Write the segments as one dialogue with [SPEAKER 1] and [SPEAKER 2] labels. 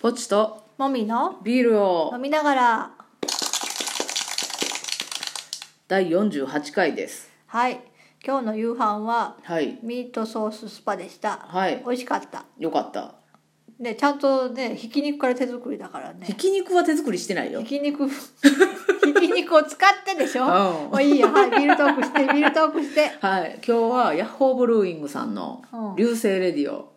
[SPEAKER 1] ポチと
[SPEAKER 2] もみの
[SPEAKER 1] ビールを
[SPEAKER 2] 飲みながら
[SPEAKER 1] 第48回です
[SPEAKER 2] はい今日の夕飯は
[SPEAKER 1] はい
[SPEAKER 2] ミートソーススパでした
[SPEAKER 1] はい
[SPEAKER 2] 美味しかった
[SPEAKER 1] よかった
[SPEAKER 2] ねちゃんとねひき肉から手作りだから
[SPEAKER 1] ひ
[SPEAKER 2] ね
[SPEAKER 1] き肉は手作りしてないよ
[SPEAKER 2] ひき肉ひき肉 を使ってでしょ
[SPEAKER 1] うん
[SPEAKER 2] もういいよはいビールトークしてビールトークして
[SPEAKER 1] はい今日はヤッホーブルーイングさんの
[SPEAKER 2] うん
[SPEAKER 1] 流星レディオ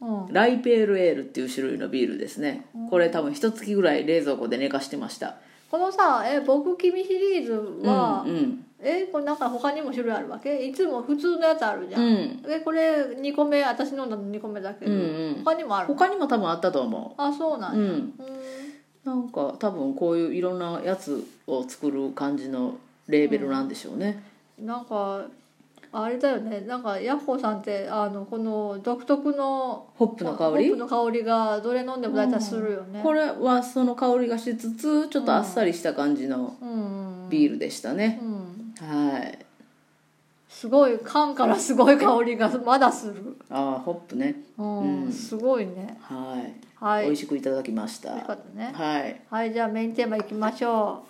[SPEAKER 2] うん
[SPEAKER 1] ライペールエールっていう種類のビールですねこれ多分一月ぐらい冷蔵庫で寝かしてました
[SPEAKER 2] このさえ僕君シリー
[SPEAKER 1] うん
[SPEAKER 2] ズは、
[SPEAKER 1] うん
[SPEAKER 2] えこれなんか他にも種類あるわけいつも普通のやつあるじゃ、
[SPEAKER 1] うんん
[SPEAKER 2] えこれ2個目私飲んだの2個目だけ
[SPEAKER 1] う
[SPEAKER 2] ど、
[SPEAKER 1] んうん
[SPEAKER 2] 他にもあるの
[SPEAKER 1] 他にも多分あったと思
[SPEAKER 2] あそう
[SPEAKER 1] う
[SPEAKER 2] な
[SPEAKER 1] う
[SPEAKER 2] んや、
[SPEAKER 1] ん
[SPEAKER 2] う
[SPEAKER 1] なんか多分こういういろんなやつを作る感じのレーベルなんでしょうね、
[SPEAKER 2] ーんなんかあれだよねなんかヤッホーさんってあのこの独特の
[SPEAKER 1] ホップの香
[SPEAKER 2] ホッ
[SPEAKER 1] り
[SPEAKER 2] プの香りがどれ飲んでも大体するよね、
[SPEAKER 1] これはその香りがしつつちょっとあっさりした感じの
[SPEAKER 2] うんうん
[SPEAKER 1] ビールでしたね、
[SPEAKER 2] うん
[SPEAKER 1] はい
[SPEAKER 2] すごい缶からすごい香りがまだする、
[SPEAKER 1] ああホップね
[SPEAKER 2] うん
[SPEAKER 1] うん
[SPEAKER 2] すごいね
[SPEAKER 1] はい、
[SPEAKER 2] はい
[SPEAKER 1] 美
[SPEAKER 2] よ
[SPEAKER 1] 味しくいただきました
[SPEAKER 2] かったね
[SPEAKER 1] はい
[SPEAKER 2] はいじゃあメインテーマいきましょ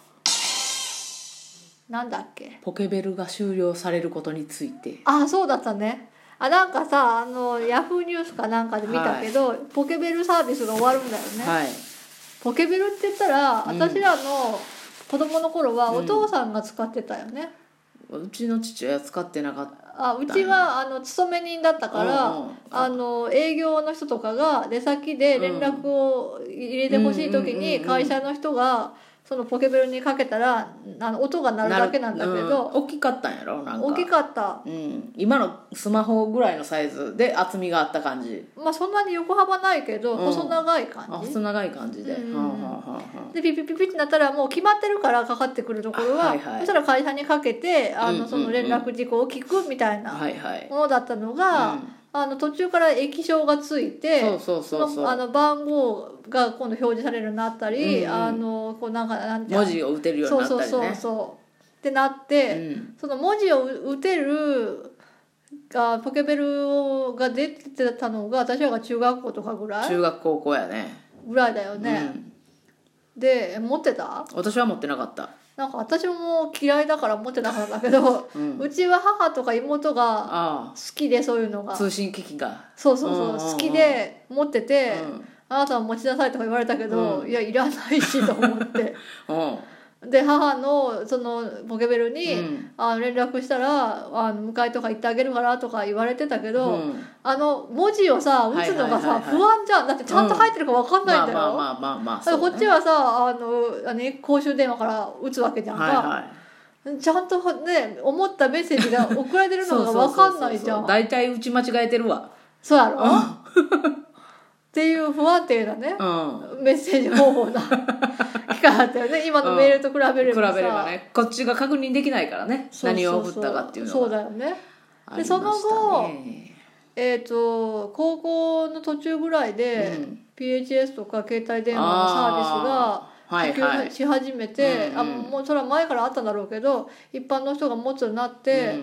[SPEAKER 2] うなんだっけ
[SPEAKER 1] ポケベルが終了されることについて
[SPEAKER 2] あそうだったねあなんかさあのヤフーニュースかなんかで見たけど、ポケベルサービスが終わるんだよね、
[SPEAKER 1] はい
[SPEAKER 2] ポケベルって言ったら
[SPEAKER 1] うん
[SPEAKER 2] 私らの子供の頃は
[SPEAKER 1] うん
[SPEAKER 2] お父さんが使ってたよね、
[SPEAKER 1] うちの父親使ってなかった
[SPEAKER 2] あうちはあの勤め人だったから、
[SPEAKER 1] うんうん
[SPEAKER 2] あの営業の人とかが出先で連絡を入れてほしい時
[SPEAKER 1] うんうんうんうんう
[SPEAKER 2] に
[SPEAKER 1] ん
[SPEAKER 2] 会社の人がそのポケベルにかけたらあの音が鳴るだけなんだけ
[SPEAKER 1] う
[SPEAKER 2] ど、
[SPEAKER 1] 大きかったんやろなんか
[SPEAKER 2] 大きかった
[SPEAKER 1] うん、今のスマホぐらいのサイズで厚みがあった感じ
[SPEAKER 2] まあそんなに横幅ないけど
[SPEAKER 1] うん
[SPEAKER 2] 細長い感じ、
[SPEAKER 1] あ細長い感じで、
[SPEAKER 2] うん
[SPEAKER 1] はあはあはあはあ
[SPEAKER 2] でピピピピってなったらもう決まってるからかかってくるところは、
[SPEAKER 1] はいはい
[SPEAKER 2] そしたら会社にかけてあ
[SPEAKER 1] うんうんう
[SPEAKER 2] の
[SPEAKER 1] ん
[SPEAKER 2] その連絡事項を聞くみたいな
[SPEAKER 1] はいはい
[SPEAKER 2] ものだったのが、
[SPEAKER 1] うん
[SPEAKER 2] あの途中から液晶がついて
[SPEAKER 1] そうそうそう
[SPEAKER 2] その
[SPEAKER 1] そ
[SPEAKER 2] あ
[SPEAKER 1] う
[SPEAKER 2] の番号が今度表示されるようになったり、
[SPEAKER 1] うんうん
[SPEAKER 2] あのこうなんかなんていうの
[SPEAKER 1] 文字を打てるように
[SPEAKER 2] そう
[SPEAKER 1] なった
[SPEAKER 2] そ
[SPEAKER 1] り
[SPEAKER 2] う
[SPEAKER 1] ね
[SPEAKER 2] そうそうってなって、
[SPEAKER 1] うん
[SPEAKER 2] その文字を打てるあポケベルが出てたのが私らが中学校とかぐらい
[SPEAKER 1] 中学高校やね
[SPEAKER 2] ぐらいだよね、
[SPEAKER 1] うん、
[SPEAKER 2] で持ってた
[SPEAKER 1] 私は持ってなかった、
[SPEAKER 2] なんか私も嫌いだから持ってなかったんだけど、
[SPEAKER 1] う、
[SPEAKER 2] うんちは母とか妹が
[SPEAKER 1] あ
[SPEAKER 2] 好きでそういうの
[SPEAKER 1] あ
[SPEAKER 2] がそう
[SPEAKER 1] 通信機器が、
[SPEAKER 2] そう
[SPEAKER 1] うんうんうん
[SPEAKER 2] そう好きで持ってて、あなたは持ちなさいとか言われたけど、
[SPEAKER 1] うん
[SPEAKER 2] いやいらないしと思って
[SPEAKER 1] うんうん
[SPEAKER 2] で母のそのポケベルに、
[SPEAKER 1] うん
[SPEAKER 2] あの連絡したらあの迎えとか行ってあげるからとか言われてたけど、
[SPEAKER 1] うん
[SPEAKER 2] あの文字をさ打つのが
[SPEAKER 1] はいはい
[SPEAKER 2] さ、
[SPEAKER 1] はいはい
[SPEAKER 2] 不安じゃんだってちゃんと入ってるか分かんない
[SPEAKER 1] ま
[SPEAKER 2] ん
[SPEAKER 1] あ
[SPEAKER 2] だよ、
[SPEAKER 1] まあまあまあまあ
[SPEAKER 2] だからこっち
[SPEAKER 1] は
[SPEAKER 2] はさあのあの公衆電話から打つわけじゃんか、
[SPEAKER 1] はいは
[SPEAKER 2] ちゃんとね思ったメッセージが送られて
[SPEAKER 1] い
[SPEAKER 2] るのが分かんないじゃん
[SPEAKER 1] 大体打ち間違えてるわ
[SPEAKER 2] そうやろ っていう不安定なね
[SPEAKER 1] うん
[SPEAKER 2] メッセージ 方法な機会だったよね今のメールと比べ
[SPEAKER 1] 比
[SPEAKER 2] れ
[SPEAKER 1] べ
[SPEAKER 2] ばさ
[SPEAKER 1] ればねこっちが確認できないからね
[SPEAKER 2] そうそう
[SPEAKER 1] 何
[SPEAKER 2] そう
[SPEAKER 1] を送ったかっていうの
[SPEAKER 2] そう
[SPEAKER 1] が
[SPEAKER 2] だよね
[SPEAKER 1] あ
[SPEAKER 2] で
[SPEAKER 1] りましたね
[SPEAKER 2] その後えっ、と高校の途中ぐらいで、
[SPEAKER 1] うん
[SPEAKER 2] PHS とか携帯電話のサ
[SPEAKER 1] は
[SPEAKER 2] ービ
[SPEAKER 1] い
[SPEAKER 2] スが
[SPEAKER 1] は
[SPEAKER 2] 普
[SPEAKER 1] い
[SPEAKER 2] 及し始め
[SPEAKER 1] うん
[SPEAKER 2] て、
[SPEAKER 1] うん
[SPEAKER 2] あもうそれは前からあったんだろうけど一般の人が持つようになって、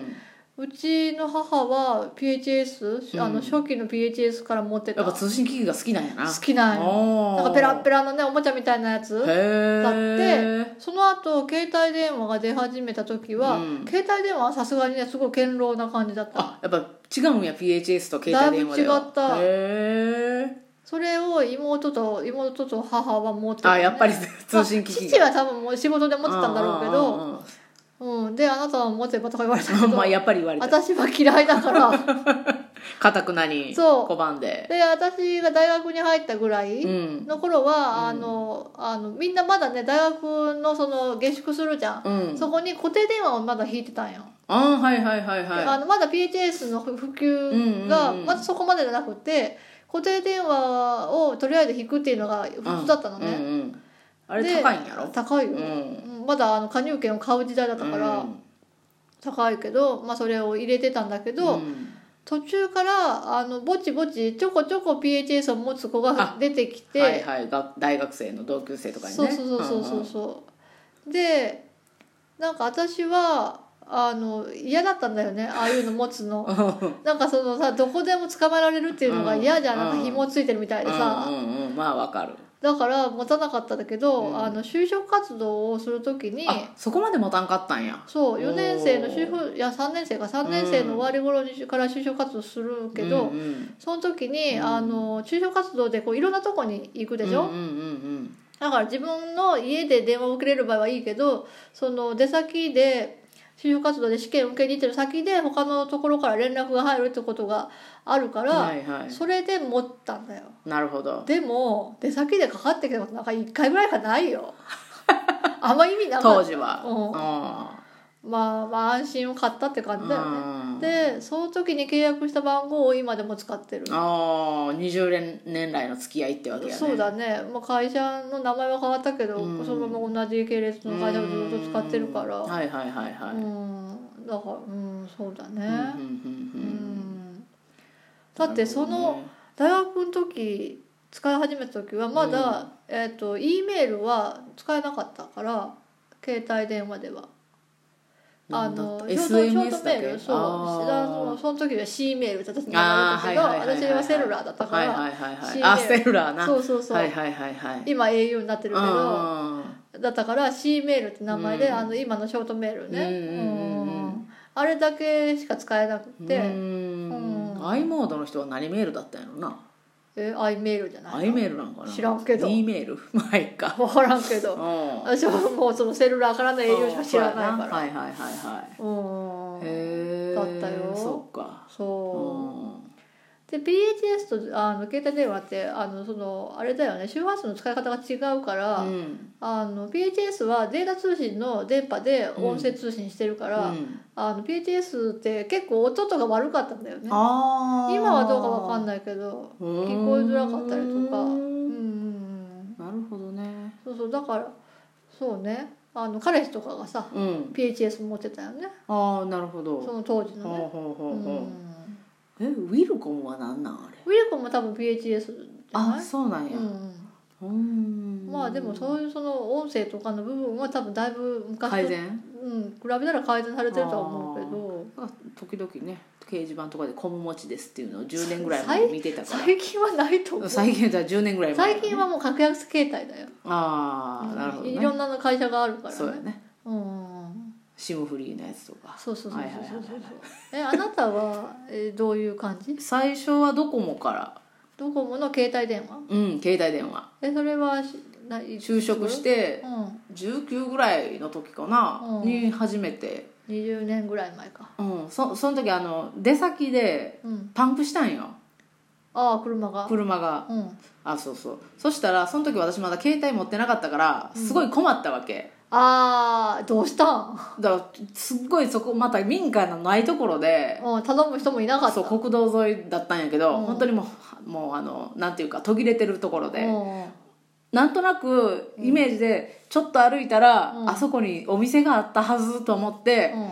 [SPEAKER 1] うん
[SPEAKER 2] うちの母は PHS、あ
[SPEAKER 1] うん
[SPEAKER 2] の初期の PHS から持ってた
[SPEAKER 1] やっぱ
[SPEAKER 2] 好
[SPEAKER 1] 通信機器が好きなんやな
[SPEAKER 2] きなんよ
[SPEAKER 1] な
[SPEAKER 2] なんかペラペ
[SPEAKER 1] ラ
[SPEAKER 2] ラのねおもちゃみたいなやつ
[SPEAKER 1] へえ
[SPEAKER 2] その後携帯電話が出始めた時は、
[SPEAKER 1] うん
[SPEAKER 2] 携帯電話はさすがにねすごい堅牢な感じだった
[SPEAKER 1] あやっぱ違うんや PHS と携帯電話では
[SPEAKER 2] だいぶ違った
[SPEAKER 1] へえ
[SPEAKER 2] それを妹と妹と母は持ってた
[SPEAKER 1] あ
[SPEAKER 2] ね、
[SPEAKER 1] やっぱり通信機器
[SPEAKER 2] 父は多分もう仕事で持ってたんだろうけ
[SPEAKER 1] ど
[SPEAKER 2] どうん、であなたは持てばとか言われたけ ど
[SPEAKER 1] まあやっぱり言われた
[SPEAKER 2] 私は嫌いだから
[SPEAKER 1] かたくなに
[SPEAKER 2] そう
[SPEAKER 1] 拒んで
[SPEAKER 2] で私が大学に入ったぐらい
[SPEAKER 1] うん
[SPEAKER 2] の頃は、
[SPEAKER 1] うん
[SPEAKER 2] あのあのみんなまだね大学のその下宿するじゃん、
[SPEAKER 1] うん
[SPEAKER 2] そこに固定電話をまだ引いてたんよ、
[SPEAKER 1] あーはいはいはい
[SPEAKER 2] あ
[SPEAKER 1] は
[SPEAKER 2] のまだ PHS の普及
[SPEAKER 1] う
[SPEAKER 2] が
[SPEAKER 1] んうんうん
[SPEAKER 2] まだそこまでじゃなくて固定電話をとりあえず引くっていうのが普通だったの
[SPEAKER 1] いうん
[SPEAKER 2] ね、
[SPEAKER 1] うんあれ
[SPEAKER 2] で
[SPEAKER 1] 高いんやろ
[SPEAKER 2] 高いうよ、
[SPEAKER 1] ん
[SPEAKER 2] うんまだあの加入券を買う時代だったから
[SPEAKER 1] うん
[SPEAKER 2] 高いけど、まあ、それを入れてたんだけど、
[SPEAKER 1] うん
[SPEAKER 2] 途中からあのぼちぼちちょこちょこ PHS を持つ子が出てきて、
[SPEAKER 1] はいはいが大学生の同級生とかにね
[SPEAKER 2] そうそうそうそうそうそうでなんか私はあの嫌だったんだよ ねああいうの持つのなんかそのさどこでも捕まえられるっていうのが嫌じゃん
[SPEAKER 1] うん
[SPEAKER 2] なんか紐ついてるみたいで
[SPEAKER 1] うん
[SPEAKER 2] さ
[SPEAKER 1] うんうんまあわかる
[SPEAKER 2] だから持たなかったんだけど、
[SPEAKER 1] うん
[SPEAKER 2] あの就職活動をする時に
[SPEAKER 1] あそこまで持たんかったんや
[SPEAKER 2] そう4年生の
[SPEAKER 1] おー
[SPEAKER 2] 就職いや3年生か3年生の終わり頃にから就職活動するけ
[SPEAKER 1] う
[SPEAKER 2] ど、
[SPEAKER 1] んうん
[SPEAKER 2] その時に、
[SPEAKER 1] うん
[SPEAKER 2] あの就職活動でこういろんなとこに行くでしょ、
[SPEAKER 1] うんうんうん
[SPEAKER 2] だから自分の家で電話を受けれる場合はいいけどその出先で就職活動で試験を受けに行ってる先で他のところから連絡が入るってことがあるか
[SPEAKER 1] うん
[SPEAKER 2] ら、
[SPEAKER 1] はいはい
[SPEAKER 2] それで持ったんだよ
[SPEAKER 1] なるほど
[SPEAKER 2] でも出先でかかってきたことなんか1回ぐらいかな いよあんま意味なか
[SPEAKER 1] 当
[SPEAKER 2] った
[SPEAKER 1] 時は
[SPEAKER 2] まあまあ安心を買ったって
[SPEAKER 1] う
[SPEAKER 2] 感
[SPEAKER 1] ん
[SPEAKER 2] じだよね
[SPEAKER 1] うん
[SPEAKER 2] でその時に契約した番号を今でも使ってる
[SPEAKER 1] ああ20年年来の付き合いってわけやね
[SPEAKER 2] そうだね、まあ、会社の名前は変わったけど、
[SPEAKER 1] うん
[SPEAKER 2] そのまま同じ系列の会社をずっと使ってるから
[SPEAKER 1] うんはいはいはいはい、
[SPEAKER 2] うんだからうんそうだ
[SPEAKER 1] うんうん
[SPEAKER 2] ね、
[SPEAKER 1] う
[SPEAKER 2] うん
[SPEAKER 1] うん
[SPEAKER 2] だってその大学の時使い始めた時はまだ、えっ、と E メールは使えなかったから携帯電話では
[SPEAKER 1] な
[SPEAKER 2] あ
[SPEAKER 1] るほど
[SPEAKER 2] の
[SPEAKER 1] ね、
[SPEAKER 2] ショートショー
[SPEAKER 1] SNS
[SPEAKER 2] トメ
[SPEAKER 1] だ
[SPEAKER 2] ー
[SPEAKER 1] け
[SPEAKER 2] ルそうあのその時は C メールって私に言われるけど、
[SPEAKER 1] あーはいはいはいはい
[SPEAKER 2] 私はセルラーだったか
[SPEAKER 1] はい
[SPEAKER 2] ら、
[SPEAKER 1] はいはいはい
[SPEAKER 2] CL
[SPEAKER 1] あセルラーな
[SPEAKER 2] そうそうそう、
[SPEAKER 1] はいはいはいはい
[SPEAKER 2] 今 au になってるけど
[SPEAKER 1] あ
[SPEAKER 2] だったから C メールって名前で、
[SPEAKER 1] うん
[SPEAKER 2] あの今のショートメールね、
[SPEAKER 1] うんうんうんうん
[SPEAKER 2] うんあれだけしか使えなく
[SPEAKER 1] ー
[SPEAKER 2] て、
[SPEAKER 1] う
[SPEAKER 2] うんん
[SPEAKER 1] i モードの人は何メールだったんやろな
[SPEAKER 2] え i メールじゃない
[SPEAKER 1] i メールなんかな
[SPEAKER 2] 知らんけど
[SPEAKER 1] D メールまあいっ か
[SPEAKER 2] 分からんけ
[SPEAKER 1] う
[SPEAKER 2] ど
[SPEAKER 1] ん
[SPEAKER 2] 私はもう そのセルラーからの営業しか知らないから
[SPEAKER 1] はいはいはいはい
[SPEAKER 2] うん
[SPEAKER 1] へえ
[SPEAKER 2] だったよ
[SPEAKER 1] そっか
[SPEAKER 2] そう
[SPEAKER 1] うん
[SPEAKER 2] で PHS とあの携帯電話ってあのそのあれだよね周波数の使い方が違うから、
[SPEAKER 1] うん
[SPEAKER 2] あの PHS はデータ通信の電波で音声通信してるから、
[SPEAKER 1] うん
[SPEAKER 2] あの PHS って結構音とか悪かったんだよね
[SPEAKER 1] あ
[SPEAKER 2] 今はどうかわかん
[SPEAKER 1] ない
[SPEAKER 2] ないけど
[SPEAKER 1] 聞
[SPEAKER 2] 聞こえづらかったりとかうんうんうん
[SPEAKER 1] なるほどね
[SPEAKER 2] そうそうだからそうねあの彼氏とかがさ
[SPEAKER 1] うん
[SPEAKER 2] PHS 持ってたよね
[SPEAKER 1] ああなるほど
[SPEAKER 2] その当時のね
[SPEAKER 1] ほうほう
[SPEAKER 2] う
[SPEAKER 1] ほうほうんえウィルコムは何なんあれ
[SPEAKER 2] ウィルコムも多分 PHS じゃな
[SPEAKER 1] あ
[SPEAKER 2] い
[SPEAKER 1] そうなんや
[SPEAKER 2] うん
[SPEAKER 1] う
[SPEAKER 2] うん
[SPEAKER 1] ん
[SPEAKER 2] まあでもそういうその音声とかの部分は多分だいぶ昔と
[SPEAKER 1] 改善
[SPEAKER 2] うん比べたら改善されてるとは思うけど
[SPEAKER 1] 時々ね掲示板とかで「コム持ちです」っていうのを10年ぐらい前に見てたから
[SPEAKER 2] 最近はないと思う
[SPEAKER 1] 最近だ10年ぐらい前
[SPEAKER 2] 最近はもう格安携帯だよ
[SPEAKER 1] ああなるほど、ね、
[SPEAKER 2] いろんなの会社があるから
[SPEAKER 1] そうや
[SPEAKER 2] ね
[SPEAKER 1] ね
[SPEAKER 2] うん
[SPEAKER 1] シムフリーのやつとか
[SPEAKER 2] そうそうそうそう
[SPEAKER 1] はいはいはい
[SPEAKER 2] そ
[SPEAKER 1] は
[SPEAKER 2] う
[SPEAKER 1] い
[SPEAKER 2] そうえあなたはえどういう感じ
[SPEAKER 1] 最初はドコモから
[SPEAKER 2] ドコモの携帯電話
[SPEAKER 1] うん携帯電話
[SPEAKER 2] えそれはしない
[SPEAKER 1] 就職してて
[SPEAKER 2] うん
[SPEAKER 1] 19ぐらいの時かな、
[SPEAKER 2] うん
[SPEAKER 1] に初めて、
[SPEAKER 2] 20年ぐらい前か
[SPEAKER 1] うん、そその時あの出先で
[SPEAKER 2] うん
[SPEAKER 1] パンクしたんよ
[SPEAKER 2] ああ車が
[SPEAKER 1] 車が
[SPEAKER 2] うん
[SPEAKER 1] あそうそうそしたらその時私まだ携帯持ってなかったからすごい困ったわけ、
[SPEAKER 2] ああどうしたん
[SPEAKER 1] だからすっごいそこまた民家のないところで
[SPEAKER 2] うん頼む人もいなかった
[SPEAKER 1] そう国道沿いだったんやけど、
[SPEAKER 2] うん
[SPEAKER 1] 本当にもうもうあのなんていうか途切れてるところで、
[SPEAKER 2] うん
[SPEAKER 1] なんとなくイメージでちょっと歩いたら、
[SPEAKER 2] うん
[SPEAKER 1] あそこにお店があったはずと思って、
[SPEAKER 2] うん、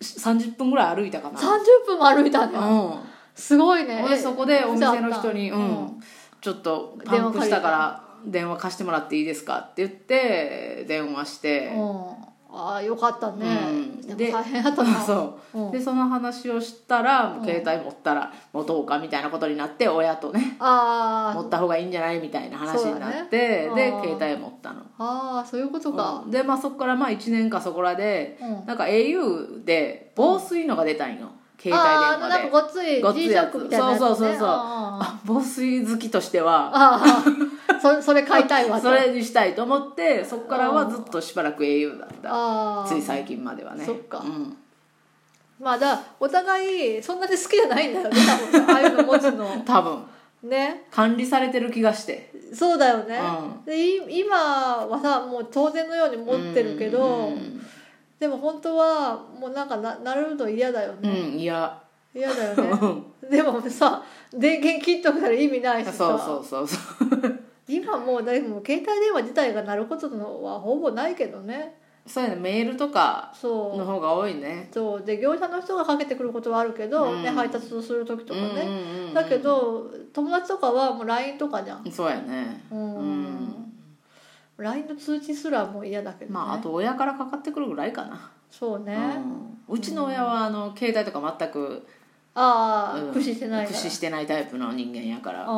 [SPEAKER 1] 30分ぐらい歩いたかな
[SPEAKER 2] 30分も歩いたね
[SPEAKER 1] う
[SPEAKER 2] すごいね
[SPEAKER 1] ん、
[SPEAKER 2] え
[SPEAKER 1] でそこでお店の人に「
[SPEAKER 2] じ
[SPEAKER 1] う
[SPEAKER 2] ゃああった
[SPEAKER 1] ん、ちょっとパンクしたから電話貸してもらっていいですか?」って言って電話して、
[SPEAKER 2] うんああよかったね、
[SPEAKER 1] うん
[SPEAKER 2] でも大変だった な
[SPEAKER 1] そう、
[SPEAKER 2] うん
[SPEAKER 1] でその話をしたら携帯持ったら持とうかみたいなことになって親とね
[SPEAKER 2] あ
[SPEAKER 1] 持
[SPEAKER 2] ー
[SPEAKER 1] った方がいいんじゃないみたいな話になって、
[SPEAKER 2] そうだ
[SPEAKER 1] で
[SPEAKER 2] ねあー
[SPEAKER 1] 携帯持ったの
[SPEAKER 2] あーそういうことか、
[SPEAKER 1] うんでまあそこからまあ1年かそこらで
[SPEAKER 2] うん
[SPEAKER 1] なんか au で防水のが出たんよ、携
[SPEAKER 2] あ
[SPEAKER 1] 帯電
[SPEAKER 2] ーな
[SPEAKER 1] 話で
[SPEAKER 2] んかごっつい
[SPEAKER 1] ごっついやつ
[SPEAKER 2] G-SHOCK みたいなやつ、ね、
[SPEAKER 1] そうそうそうそう
[SPEAKER 2] あ
[SPEAKER 1] あ防水好きとしては
[SPEAKER 2] あーそ それ買いたいわと
[SPEAKER 1] それにしたいと思ってそこからはずっとしばらく au だった
[SPEAKER 2] ああ
[SPEAKER 1] つい最近まではね
[SPEAKER 2] そっか
[SPEAKER 1] うん
[SPEAKER 2] まあだお互いそんなに好きじゃないんだよね多分ああいうの持つの
[SPEAKER 1] 多分
[SPEAKER 2] ね
[SPEAKER 1] 管理されてる気がして
[SPEAKER 2] そうだよね、
[SPEAKER 1] う
[SPEAKER 2] でい今はさもう当然のように持ってるけど、
[SPEAKER 1] うん
[SPEAKER 2] でも本当はもうなんかななるの嫌だよ
[SPEAKER 1] う
[SPEAKER 2] ね、
[SPEAKER 1] んいや
[SPEAKER 2] 嫌だよ
[SPEAKER 1] う
[SPEAKER 2] ね
[SPEAKER 1] ん
[SPEAKER 2] でもさ電源切っとくなら意味ないしさ
[SPEAKER 1] そうそうそうそう
[SPEAKER 2] 今もうでも携帯電話自体が鳴ることのはほぼないけどね
[SPEAKER 1] そうやねメールとか
[SPEAKER 2] そう
[SPEAKER 1] の方が多いね
[SPEAKER 2] そうで業者の人がかけてくることはあるけど、
[SPEAKER 1] うん
[SPEAKER 2] ね、配達する時とか
[SPEAKER 1] うん
[SPEAKER 2] ね、
[SPEAKER 1] うんうん
[SPEAKER 2] だけど友達とかはもう LINE とかじゃん
[SPEAKER 1] そうやね
[SPEAKER 2] うん、
[SPEAKER 1] うん
[SPEAKER 2] LINE LINE の通知すらもう嫌だけど、ね、
[SPEAKER 1] まああと親からかかってくるぐらいかな、
[SPEAKER 2] そうね、
[SPEAKER 1] うん、うちの親はあの携帯とか全く、
[SPEAKER 2] ああ、
[SPEAKER 1] うん
[SPEAKER 2] 駆使してないから
[SPEAKER 1] 駆使してないタイプの人間やから
[SPEAKER 2] ああ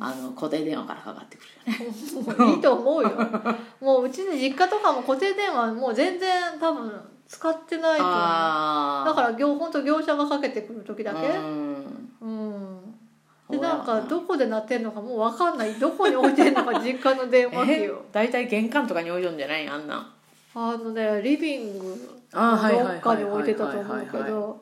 [SPEAKER 1] あの固定電話からかかってくるよね
[SPEAKER 2] もういいと思 うよもううちの実家とかも固定電話もう全然多分使ってないと思う
[SPEAKER 1] あ
[SPEAKER 2] だから業本当業者がかけてくる時だけ
[SPEAKER 1] うん
[SPEAKER 2] うん、でなんかどこで鳴ってんのかもう分かんないどこに置いてんの か実家の電話機
[SPEAKER 1] え
[SPEAKER 2] を
[SPEAKER 1] 大体玄関とかに置いとんじゃないあんなん
[SPEAKER 2] あのねリビング
[SPEAKER 1] あ
[SPEAKER 2] の
[SPEAKER 1] ーはいはい
[SPEAKER 2] ど
[SPEAKER 1] はい
[SPEAKER 2] っかに置いてたと思うけど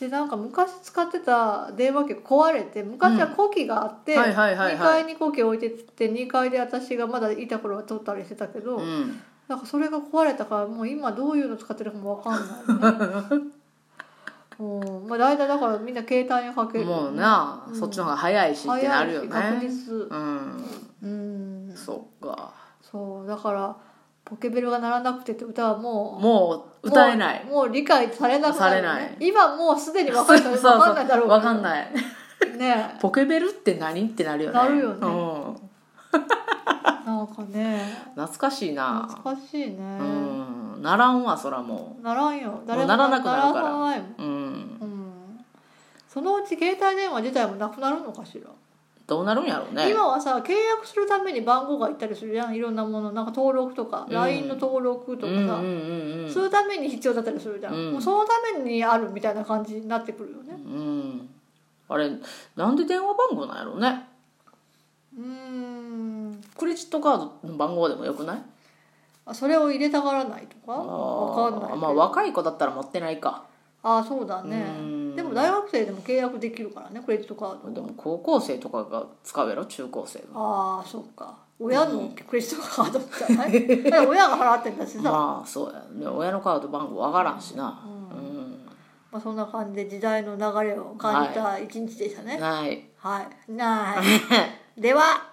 [SPEAKER 2] でなんか昔使ってた電話機壊れて昔はコキがあって、
[SPEAKER 1] はいはいはいはい
[SPEAKER 2] 2階にコキ置いてて2階で私がまだいた頃は取ったりしてたけど、
[SPEAKER 1] うん
[SPEAKER 2] なんかそれが壊れたからもう今どういうの使ってるかも分かんないね うんまあ大体だからみんな携帯にかける
[SPEAKER 1] もうな、
[SPEAKER 2] うん
[SPEAKER 1] そっちの方が早いしってなるよね
[SPEAKER 2] 早いし確
[SPEAKER 1] うん
[SPEAKER 2] 実うん
[SPEAKER 1] そっか
[SPEAKER 2] そうだからポケベルが鳴らなくてって歌はもう
[SPEAKER 1] もう歌えない
[SPEAKER 2] もうもう理解されなくなる、
[SPEAKER 1] され
[SPEAKER 2] ね、
[SPEAKER 1] ない
[SPEAKER 2] 今もうすでに分かる
[SPEAKER 1] そ
[SPEAKER 2] 分
[SPEAKER 1] うそう
[SPEAKER 2] かんないだろう
[SPEAKER 1] わかんない
[SPEAKER 2] いね
[SPEAKER 1] ポケベルって何ってなるよね
[SPEAKER 2] なるよね
[SPEAKER 1] うん、
[SPEAKER 2] なんかね
[SPEAKER 1] 懐かしいな
[SPEAKER 2] 懐かしいね、
[SPEAKER 1] うんならんわそらも
[SPEAKER 2] ならんよ
[SPEAKER 1] もうならなくなるから
[SPEAKER 2] ならないもん、
[SPEAKER 1] ううん
[SPEAKER 2] うん、そのうち携帯電話自体もなくなるのかしら
[SPEAKER 1] どうなるんやろうね
[SPEAKER 2] 今はさ契約するために番号がいったりするじゃんいろんなものなんか登録とか、
[SPEAKER 1] うん
[SPEAKER 2] LINE の登録とかさ、
[SPEAKER 1] うんうんうんうん
[SPEAKER 2] するために必要だったりするじゃん、
[SPEAKER 1] うん
[SPEAKER 2] もうそのためにあるみたいな感じになってくるよね
[SPEAKER 1] うんあれなんで電話番号なんやろうね
[SPEAKER 2] うーん
[SPEAKER 1] クレジットカードの番号でもよくない
[SPEAKER 2] あそれを入れたがらないとか
[SPEAKER 1] あ
[SPEAKER 2] わかんない
[SPEAKER 1] ー
[SPEAKER 2] けど
[SPEAKER 1] まあ若い子だったら持ってないか
[SPEAKER 2] ああそうだね
[SPEAKER 1] うん
[SPEAKER 2] でも大学生でも契約できるからねクレジットカー
[SPEAKER 1] で
[SPEAKER 2] ド
[SPEAKER 1] も高校生とかが使うやろ中高生が
[SPEAKER 2] ああそうか親のクレジットカードじゃない だから親が払ってんだしさ、ま
[SPEAKER 1] まあそうやで親のカード番号わからんしなうん、
[SPEAKER 2] あ、そんな感じで時代の流れを感じた一日でしたね
[SPEAKER 1] ない
[SPEAKER 2] はい、ないでは